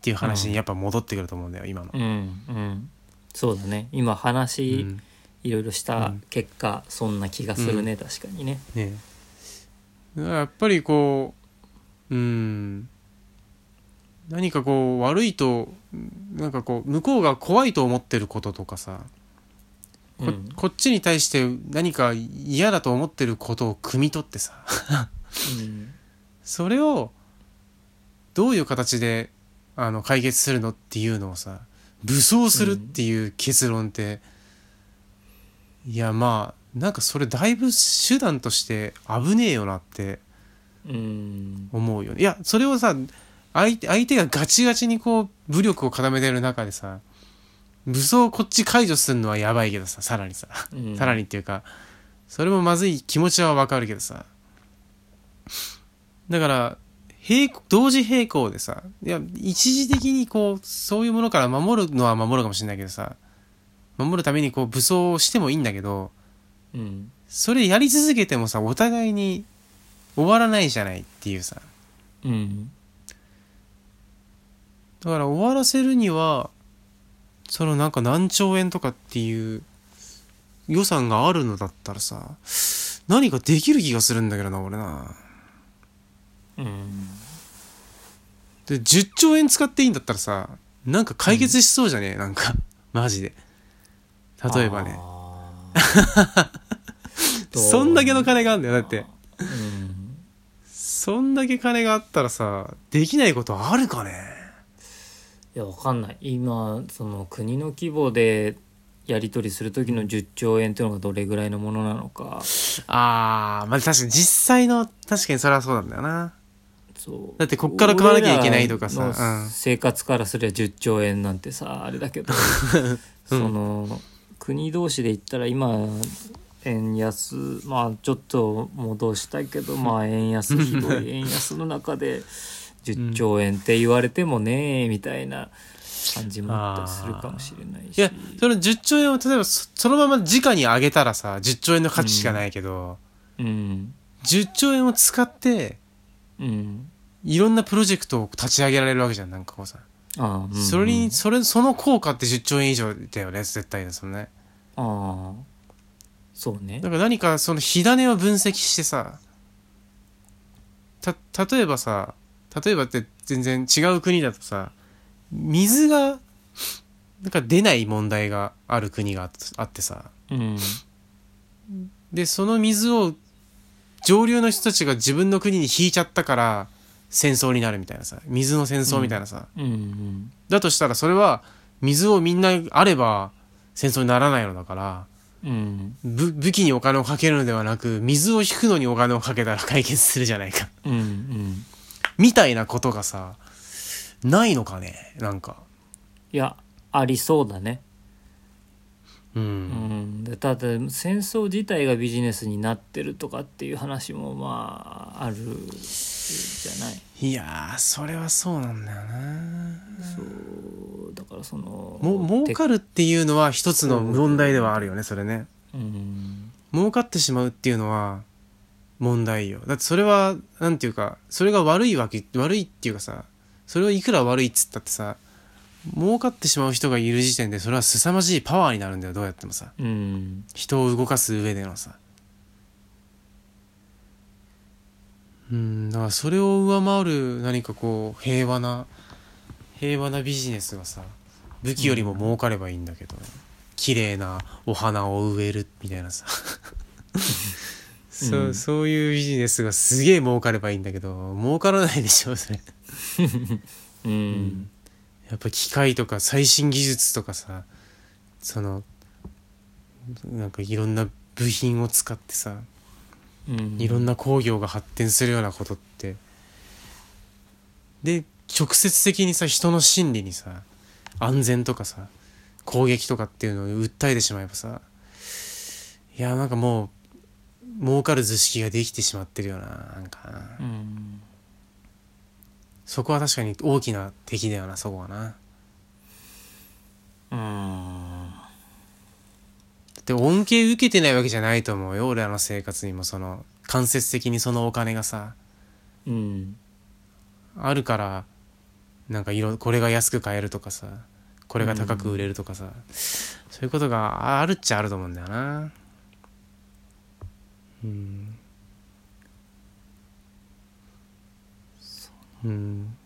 S1: ていう話
S2: うん
S1: にやっぱ戻ってくると思うんだよ今の。
S2: うんうんそうだね今
S1: う
S2: 話
S1: ん
S2: いろいろした結果、そんな気がするね、確かにね。
S1: ねえだからやっぱりこううん何かこう悪いとうんなんかこう向こうが怖いと思ってることとかさこ,、
S2: うん
S1: こっちに対して何か嫌だと思ってることを汲み取ってさ
S2: うん
S1: それをどういう形であの解決するのっていうのをさ武装するっていう結論って、いやまあなんかそれだいぶ手段として危ねえよなって
S2: うん
S1: 思うよねいやそれをさ相手相手がガチガチにこう武力を固めてる中でさ武装をこっち解除するのはやばいけどささらにさ、
S2: うん
S1: さらにっていうかそれもまずい気持ちはわかるけどさだから並同時並行でさいや一時的にこうそういうものから守るのは守るかもしれないけどさ守るためにこう武装をしてもいいんだけど
S2: うん
S1: それやり続けてもさお互いに終わらないじゃないっていうさ
S2: うん
S1: だから終わらせるにはそのなんか何兆円とかっていう予算があるのだったらさ何かできる気がするんだけどな俺な
S2: うん
S1: で10兆円使っていいんだったらさなんか解決しそうじゃねえ、なんかマジで例えばね
S2: あー
S1: そんだけの金があるんだよだって
S2: うん
S1: そんだけ金があったらさできないことあるかね
S2: いやわかんない今その国の規模でやり取りする時の10兆円っていうのがどれぐらいのものなのか
S1: あーまあ確かに実際の確かにそれはそうなんだよな
S2: そう
S1: だってこっから買わなきゃいけないとかさ
S2: 俺らの
S1: うん
S2: 生活からすれば10兆円なんてさあれだ けど、その国同士で言ったら今円安まあちょっと戻したけどまあ円安ひどい円安の中で10兆円って言われてもねみたいな感じもあったりするかもしれないし
S1: いや、その10兆円を例えばそそのまま直に上げたらさ、10兆円の価値しかないけど、
S2: うん
S1: 10兆円を使って、
S2: うん
S1: いろんなプロジェクトを立ち上げられるわけじゃん、なんかこうさ。
S2: ああ、うん
S1: それに、それ、その効果って10兆円以上だよね、絶対ですよね。
S2: ああそうね
S1: だから何かその火種を分析してさ、た、例えばさ、例えばって全然違う国だとさ、水が、なんか出ない問題がある国がああってさ、
S2: うん
S1: でその水を上流の人たちが自分の国に引いちゃったから戦争になるみたいなさ水の戦争みたいなさ、
S2: うんうん
S1: だとしたらそれは水をみんなあれば戦争にならないのだから
S2: うん
S1: ぶ武器にお金をかけるのではなく水を引くのにお金をかけたら解決するじゃないか
S2: うんうん
S1: みたいなことがさないのかねなんか
S2: いやありそうだね
S1: うん、
S2: うん、でただ戦争自体がビジネスになってるとかっていう話もまああるじゃない
S1: いやーそれはそうなんだよな
S2: そうだからその
S1: も儲かるっていうのは一つの問題ではあるよねそれね
S2: うん
S1: 儲かってしまうっていうのは問題よだってそれはなんていうかそれが悪いわけ悪いっていうかさそれをいくら悪いっつったってさ儲かってしまう人がいる時点でそれは凄まじいパワーになるんだよどうやってもさ
S2: うん
S1: 人を動かす上でのさうんだからそれを上回る何かこう平和な平和なビジネスがさ武器よりも儲かればいいんだけど、綺麗なお花を植えるみたいなさそう、
S2: うん
S1: そういうビジネスがすげえ儲かればいいんだけど儲からないでしょそれ
S2: うん、
S1: やっぱ機械とか最新技術とかさそのなんかいろんな部品を使ってさ
S2: うん、
S1: いろんな工業が発展するようなことってで直接的にさ人の心理にさ安全とかさ攻撃とかっていうのを訴えてしまえばさいやなんかもう儲かる図式ができてしまってるよななんかな
S2: うん
S1: そこは確かに大きな敵だよなそこはな。
S2: うん
S1: で恩恵受けてないわけじゃないと思うよ俺らの生活にもその間接的にそのお金がさ
S2: うん
S1: あるからなんかいろこれが安く買えるとかさこれが高く売れるとかさ、そういうことがあるっちゃあると思うんだよなうんうん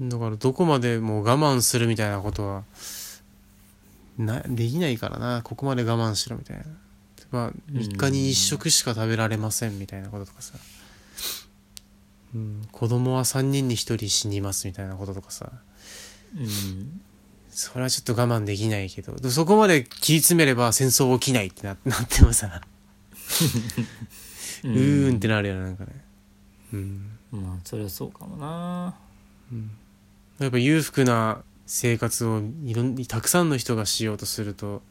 S1: だからどこまでもう我慢するみたいなことはなできないからなここまで我慢しろみたいなまあ
S2: うん
S1: 3日に1食しか食べられませんみたいなこととかさ、うん、子供は3人に1人死にますみたいなこととかさ
S2: うん
S1: それはちょっと我慢できないけどでもそこまで切り詰めれば戦争起きないってな なってもさ、うーんってなるよねなんかねうん
S2: まあそれはそうかもな
S1: やっぱ裕福な生活をいろんたくさんの人がしようとすると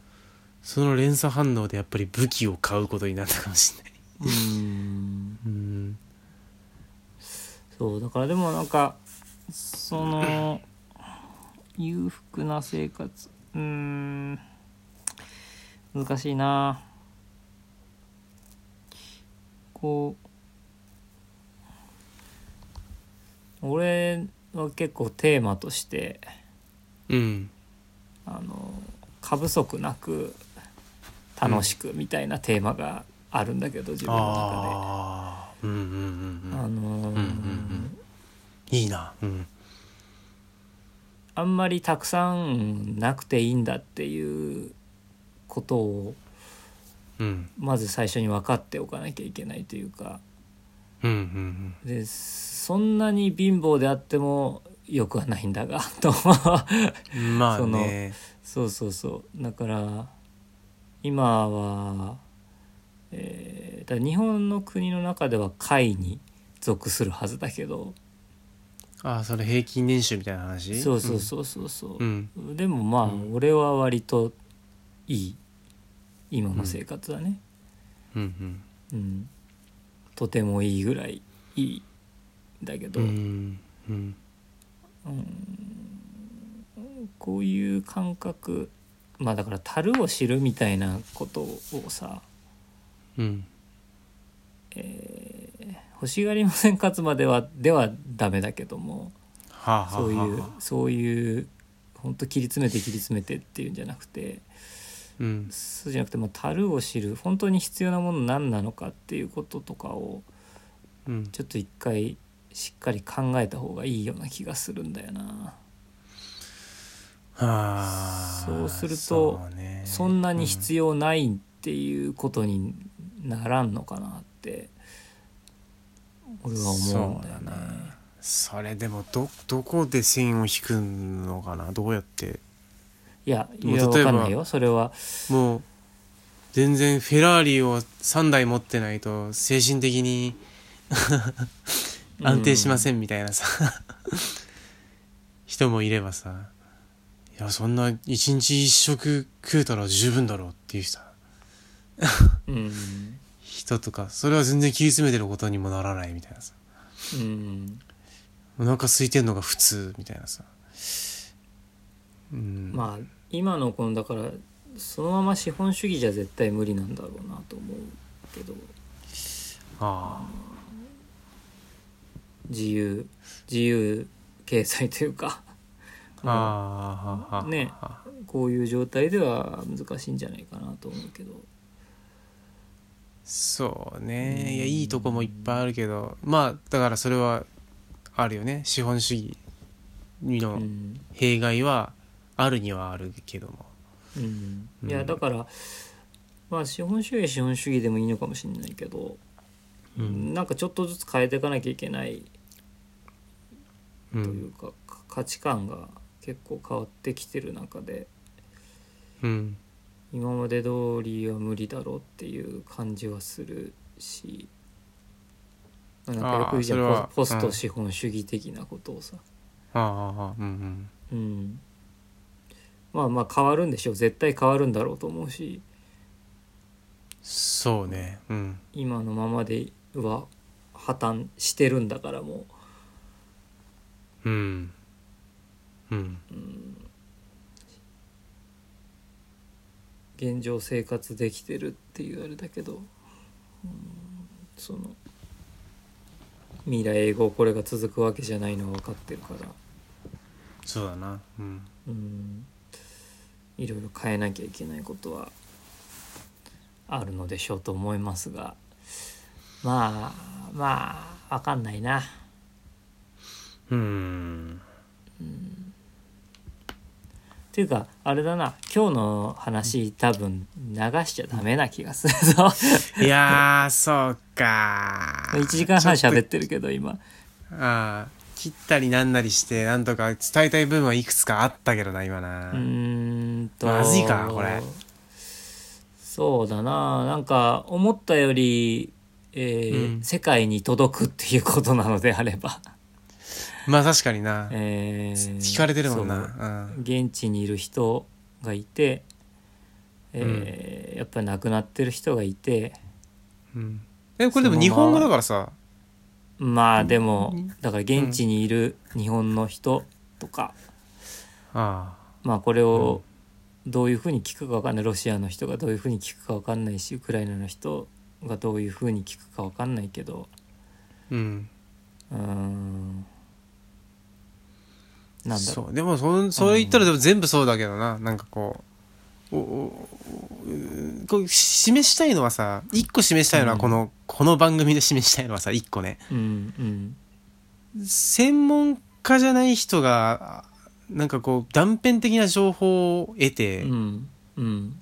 S1: その連鎖反応でやっぱり武器を買うことになったかもしれない。
S2: うん
S1: うん
S2: そうだからでもなんかその裕福な生活うーん難しいなこう俺は結構テーマとして
S1: うん
S2: あの過不足なく楽しくみたいなテーマがあるんだけど、自分の中で。
S1: ああうんうんうんう
S2: あ
S1: ん
S2: のー
S1: うんうんうんいいなうん
S2: あんまりたくさんなくていいんだっていうことを
S1: うん
S2: まず最初に分かっておかなきゃいけないというか
S1: うんうん
S2: でそんなに貧乏であってもよくはないんだがと
S1: うんまあね
S2: そうそうそうだから今は、えーだから日本の国の中では下位に属するはずだけど
S1: ああそれ平均年収みたいな話
S2: そうそうそうそうそう
S1: う、ん
S2: でもまあ、
S1: うん
S2: 俺は割といい今の生活だね、
S1: うん
S2: うんとてもいいぐらいいいんだけ
S1: う
S2: ど、
S1: んうんうん
S2: こういう感覚まあだから樽を知るみたいなことをさ
S1: うん
S2: 欲しがりませんかつまではではダメだけども
S1: はあはあ
S2: そうい
S1: は
S2: う
S1: あはあ
S2: そういう本当切り詰めて切り詰めてっていうんじゃなくて
S1: うん
S2: そうじゃなくてもう樽を知る本当に必要なもの何なのかっていうこととかを
S1: うん
S2: ちょっと一回しっかり考えた方がいいような気がするんだよな。
S1: はあ
S2: そうすると
S1: そうね
S2: そんなに必要ないっていうことにならんのかなって俺は思うんだよね
S1: そうだ。それでもどどこで線を引くのかなどうやって
S2: いやい
S1: もう
S2: や
S1: 例
S2: 分
S1: えば
S2: かんないよそれは。
S1: もう全然フェラーリを3台持ってないと精神的に 安定しませんみたいなさ、人もいればさいやそんな一日一食食えたら十分だろうっていうさ
S2: うん
S1: 人とかそれは全然切り詰めてることにもならないみたいなさ
S2: うん
S1: お腹空いてんのが普通みたいなさうん
S2: まあ今のこのだからそのまま資本主義じゃ絶対無理なんだろうなと思うけど
S1: ああ
S2: 自由自由経済というか
S1: ああは
S2: ね
S1: はは
S2: こういう状態では難しいんじゃないかなと思うけど
S1: そうねいやいいとこもいっぱいあるけどまあだからそれはあるよね資本主義
S2: う
S1: の
S2: ん、
S1: 弊害はあるにはあるけども
S2: うん、
S1: うん
S2: いやだからまあ資本主義は資本主義でもいいのかもしれないけど、
S1: うん
S2: なんかちょっとずつ変えていかなきゃいけない
S1: うん
S2: というか、か価値観が結構変わってきてる中で
S1: うん
S2: 今まで通りは無理だろうっていう感じはするしまあなんかよく言うじゃん
S1: あーそれは
S2: ポポス
S1: う
S2: ト
S1: ん
S2: 資本主義的なことをさ、
S1: あああうん
S2: うん、まあまあ変わるんでしょう絶対変わるんだろうと思うし
S1: そうねうん
S2: 今のままでは破綻してるんだからも
S1: うんうん
S2: う現状生活できてるっていうあれだけど、うん、その未来永劫これが続くわけじゃないのは分かってるから、
S1: そうだなうん
S2: うん、いろいろ変えなきゃいけないことはあるのでしょうと思いますがまあまあ分かんないな。
S1: うん
S2: っていうかあれだな今日の話多分流しちゃダメな気がするぞ
S1: いやーそうか
S2: 1時間半
S1: ちょっ
S2: 喋ってるけど今
S1: とああ切ったりなんなりしてなんとか伝えたい部分はいくつかあったけどな今な
S2: うーんと
S1: まずいかこれ
S2: そうだななんか思ったより、えー
S1: うん
S2: 世界に届くっていうことなのであれば、
S1: まあ確かにな
S2: えー
S1: 聞かれてるもん
S2: そう
S1: なうん
S2: 現地にいる人がいて、えーやっぱり亡くなってる人がいて
S1: うんえこれでも日本語だからさ
S2: まあでも
S1: うん
S2: だから現地にいる日本の人とか、
S1: ああ
S2: まあこれをどういうふうに聞くか分かんないロシアの人がどういうふうに聞くか分かんないしウクライナの人がどういうふうに聞くか分かんないけど
S1: うん
S2: うーんなんだろう
S1: そうでもそんそれ言ったらでも全部そうだけどな、なんかこうおおおうこう示したいのはさ一個示したいのはこの、この番組で示したいのはさ一個ね
S2: うんうん
S1: 専門家じゃない人があなんかこう断片的な情報を得て、
S2: うんうん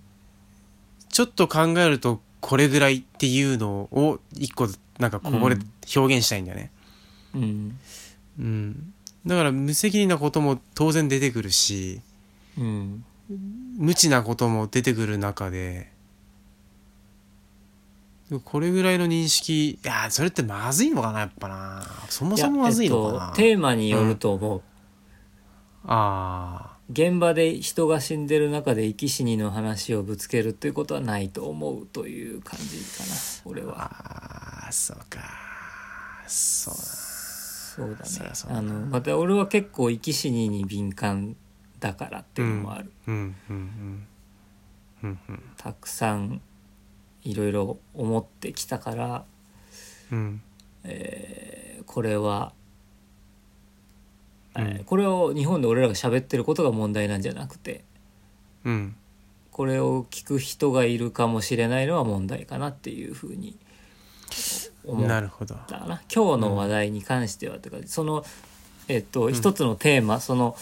S1: ちょっと考えるとこれぐらいっていうのを一個なんかここで
S2: うん
S1: 表現したいんだよね、
S2: うん
S1: うん、だから無責任なことも当然出てくるし
S2: うん
S1: 無知なことも出てくる中でこれぐらいの認識いやーそれってまずいのかなやっぱなそもそもまずいのか
S2: やえ
S1: な
S2: っ、とテーマによると思う、
S1: あ
S2: 現場で人が死んでる中で生き死にの話をぶつけるということはないと思うという感じかな俺
S1: ー
S2: は
S1: あーそうかそう
S2: そうだ
S1: そり
S2: ね
S1: ゃそうだ
S2: あのまた俺は結構生き死にに敏感だからっていうのもある、
S1: だうんうんうんうん
S2: たくさんいろいろ思ってきたから
S1: うん
S2: これは、
S1: うん
S2: えーこれを日本で俺らが喋ってることが問題なんじゃなくて
S1: うん
S2: これを聞く人がいるかもしれないのは問題かなっていうふうに
S1: う
S2: 思
S1: ん
S2: っ
S1: なるほど
S2: だな今日の話題に関してはというかそのえっと一つのテーマ、その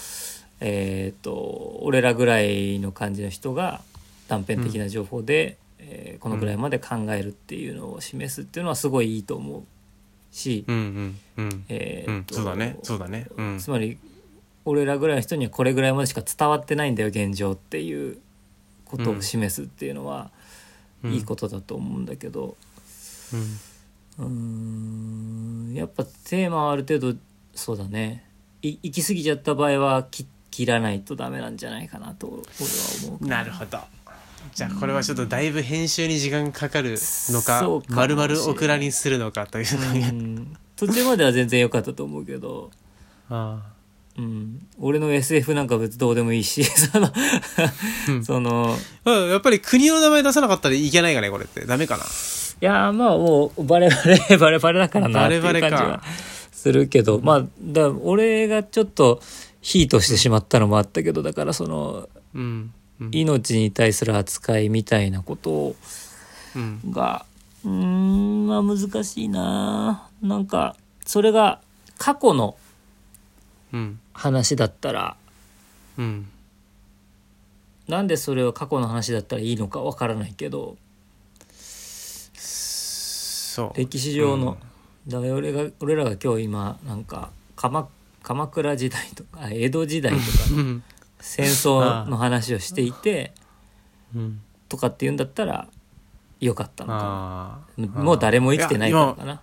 S2: えっと俺らぐらいの感じの人が断片的な情報で、えーこのぐらいまで考えるっていうのを示すっていうのはすごいいいと思うし、
S1: うんうんうん
S2: え
S1: う
S2: ー
S1: ん
S2: っと
S1: そうだねそうだねうん
S2: つまり俺らぐらいの人にはこれぐらいまでしか伝わってないんだよ現状っていうことを示すっていうのは、
S1: うん
S2: いいことだと思うんだけど。
S1: うん
S2: うーんやっぱテーマはある程度そうだねい行き過ぎちゃった場合は切切らないとダメなんじゃないかなと俺は思う
S1: なるほどじゃあこれはちょっとだいぶ編集に時間かかるのか
S2: そうかもし
S1: 丸
S2: れない
S1: 々オクラにするのかという
S2: うん途中までは全然良かったと思うけど、
S1: あ
S2: うん、俺の SF なんか別にどうでもいいし その
S1: うん
S2: その
S1: あうんやっぱり国の名前出さなかったらいけないかねこれってダメかない
S2: やーまあもうバレバレ バレバレだからなっていう
S1: バレ
S2: 感
S1: バレ
S2: じ
S1: か
S2: はするけどまあだ俺がちょっと非としてしまったのもあったけどだからその
S1: うんうん
S2: 命に対する扱いみたいなこと
S1: うん
S2: がうーんまあ難しいななんかそれが過去の
S1: うん
S2: 話だったら
S1: うん
S2: なんでそれは過去の話だったらいいのかわからないけど
S1: そう
S2: 歴史上の、だから俺が俺らが今日今なんか鎌鎌倉時代とかあ江戸時代とか
S1: うん
S2: 戦争の話をしていて
S1: うん
S2: とかって言うんだったらよかったのか
S1: ああ
S2: なもう誰も生きてないからかな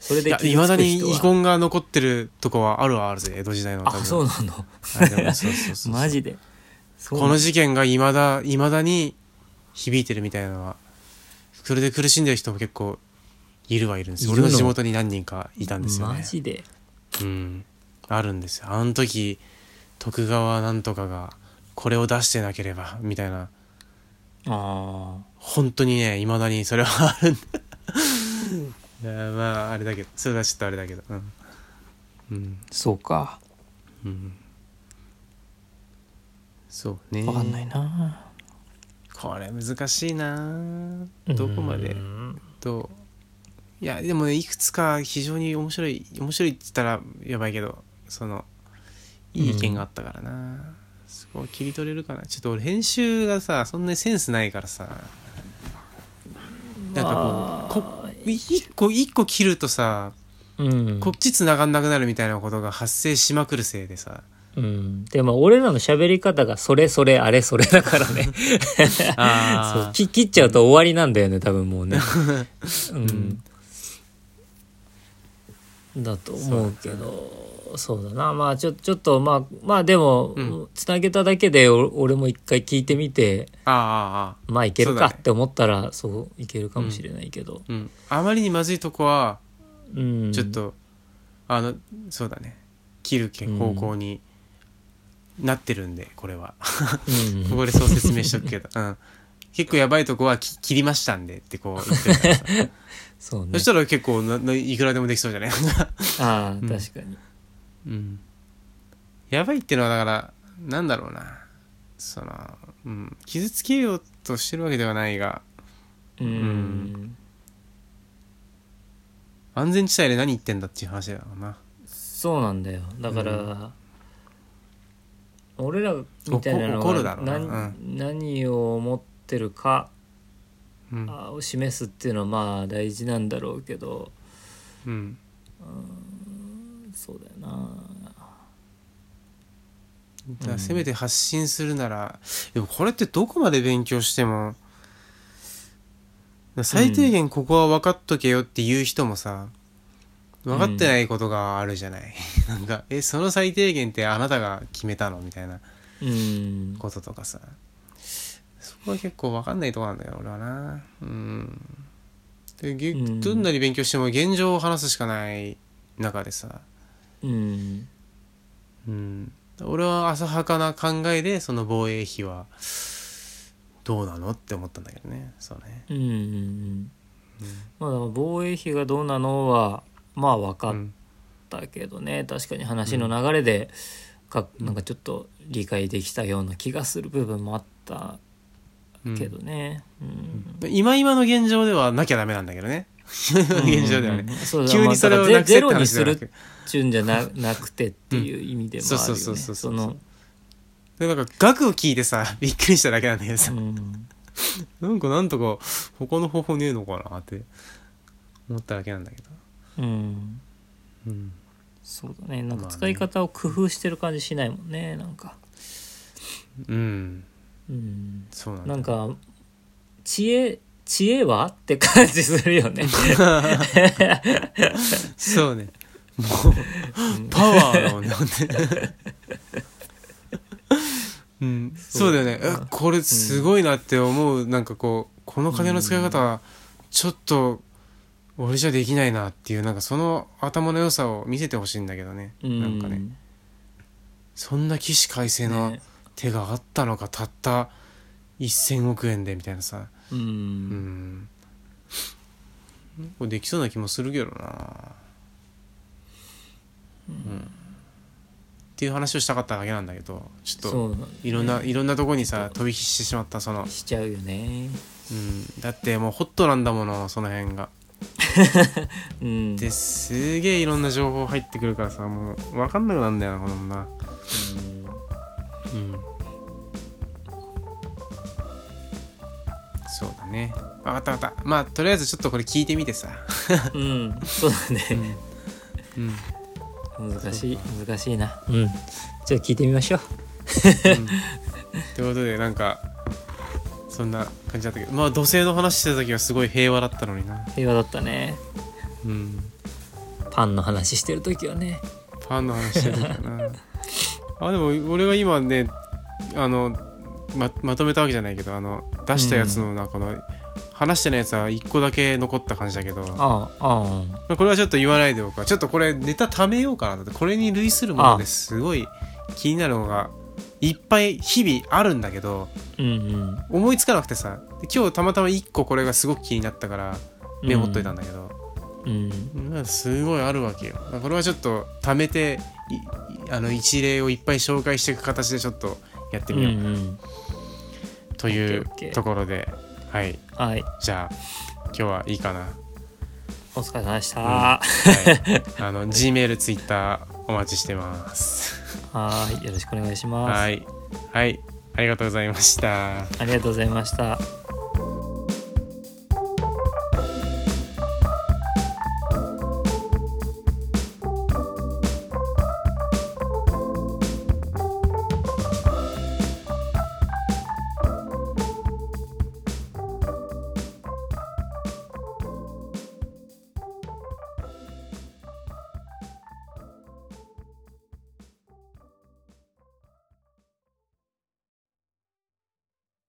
S2: それ
S1: い
S2: で
S1: や
S2: 傷
S1: いま
S2: つ
S1: だ
S2: く
S1: に
S2: 人
S1: 遺
S2: は
S1: 恨が残ってるとこはあるはあるぜ江戸時代の
S2: あそう
S1: な
S2: なの
S1: そうそうそう
S2: マジでそうな
S1: こ
S2: の
S1: の事件がいまだいまだに響いてるみたいなのはそれで苦しんでる人も結構いるはいるんですよ
S2: い
S1: 俺
S2: るの
S1: の地元に何人かいたんですよね
S2: マジで
S1: うんあるんですよあの時徳川なんとかがこれを出してなければみたいな
S2: あ
S1: 本当にねいまだにそれはあるんだ いやまああれだけどそれはちょっとあれだけどうん、うん
S2: ーそうか
S1: うん、そうね
S2: わかんないな
S1: これ難しいなどこまで
S2: うん
S1: といやでもねいくつか非常に面白い面白いって言ったらやばいけどそのいい意見があったからな、そこを切り取れるかなちょっと俺編集がさそんなにセンスないからさなんかこうこい一個一個切るとさ
S2: うん
S1: こっち繋がんなくなるみたいなことが発生しまくるせいでさ
S2: うん、でも俺らの喋り方がそれそれあれそれだからねそう
S1: あー
S2: き切っちゃうと終わりなんだよね多分も うね、うん、だと思うけどそうだなまあちょちょっとまあまあでも、
S1: うん
S2: つなげただけでお俺も一回聞いてみて
S1: あーあーあー
S2: まあいける
S1: そうだ
S2: か
S1: ね
S2: って思ったらそう,、いけるかもしれないけど、
S1: うん、あまりにまずいとこは
S2: うん、
S1: ちょっと、あのそうだね切るけ方向になってるんで、これは
S2: うん、
S1: ここでそう説明しとくけ ど、うん、結構やばいとこはき切りましたんでってこう言ってるからさ
S2: そうね
S1: そしたら結構なないくらでもできそうじゃない、
S2: ああ
S1: うん
S2: 確かに、
S1: うん、やばいってのはだからなんだろうなその、うん、傷つけようとしてるわけではないが
S2: うん
S1: ん安全地帯で何言ってんだっていう話だろうな
S2: そうなんだよだから、俺らみたいなの
S1: 怒怒るだろうな
S2: 何何を思ってるか
S1: うん
S2: あを示すっていうのはまあ大事なんだろうけど
S1: うん
S2: そうだよな
S1: だから
S2: うん
S1: せめて発信するなら、でもこれってどこまで勉強しても最低限ここは分かっとけよっていう人もさ分かってないことがあるじゃない、 なんかえその最低限ってあなたが決めたのみたいな
S2: うん
S1: こととかさそこは結構分かんないとこなんだよ俺はなうんでげ
S2: うん
S1: どんなに勉強しても現状を話すしかない中でさ
S2: うん
S1: うん、俺は浅はかな考えでその防衛費はどうなのって思ったんだけどねそうね
S2: うんうんまあだから防衛費がどうなのはまあ分か
S1: う
S2: っ
S1: ん
S2: たけどね、確かに話の流れでかなんかちょっと理解できたような気がする部分もあった
S1: うん
S2: けどね、うん、
S1: 今今の現状ではなきゃダメなんだけどね現状ではね、
S2: そうだ
S1: 急にそれを
S2: まあ
S1: な
S2: だ
S1: くせ
S2: から
S1: っ
S2: ゼ
S1: て
S2: ロに
S1: 話
S2: す
S1: だ
S2: る
S1: な
S2: っ
S1: く
S2: ちゅうんじゃななくてっていう意味でもある
S1: そう
S2: よ
S1: そう
S2: ね
S1: そうそう
S2: そ
S1: そうそう
S2: の
S1: でなんか額を聞いてさ びっくりしただけなんだけど
S2: う
S1: さ、
S2: ん
S1: なんかなんとか他の方法ねえのかなって思っただけなんだけど、
S2: うん
S1: うん、
S2: そうだねなん
S1: ま
S2: か
S1: あね
S2: 使い方を工夫してる感じしないもんねなんか
S1: うん
S2: うん
S1: そうなんだ
S2: なんか知恵知恵はって感じする よね
S1: そうねもうパワー のねほんでうん、そうだよねえ
S2: うん
S1: これすごいなって思う、なんかこうこの金の使い方はちょっと俺じゃできないなっていうなんかその頭の良さを見せてほしいんだけどね、
S2: う
S1: なんかねそんな起死回生の
S2: ね
S1: 手があったのかたった1,000億円でみたいなさ
S2: う
S1: うんんこれできそうな気もするけどなっていう話をしたかっただけなんだけどちょっ
S2: そ
S1: と
S2: う
S1: いろんないろんなとこにさ飛び火してしまったその、
S2: しちゃうよね
S1: うん、だってもうホットなんだものその辺が
S2: うん
S1: ですげえいろんな情報入ってくるからさもう分かんなくなんだよなこの女うんそうだね分かった分かったまあとりあえずちょっとこれ聞いてみてさ
S2: うん、うん、そうだね
S1: うん、うん
S2: 難しい難しいなうんちょっと聞いてみましょう
S1: ってことでなんかそんな感じだったけどまあ土星の話してた時はすごい平和だったのにな
S2: 平和だったね
S1: うん
S2: パンの話してる時はね
S1: パンの話してた時かなあでも俺が今ねあのままとめたわけじゃないけどあの出したやつのなこの、話してないやつは1個だけ残った感じだけど
S2: ああああ
S1: これはちょっと言わないでおこうちょっとこれネタ貯めようかなだってこれに類するものですごい気になるのがいっぱい日々あるんだけど
S2: うん
S1: 思いつかなくてさで今日たまたま1個これがすごく気になったからメモっといたんだけど、
S2: うんうん
S1: うんすごいあるわけよこれはちょっと貯めていいあの一例をいっぱい紹介していく形でちょっとやって
S2: う
S1: みよう、
S2: んうん
S1: という
S2: オッケーオッケー
S1: ところではい
S2: はい
S1: じゃあ今日はいいか な、は、
S2: お疲れ様でした、はい
S1: あの G メール Twitter お待ちしてます
S2: ーいよろしくお願いします
S1: はいはいありがとうございました
S2: ありがとうございました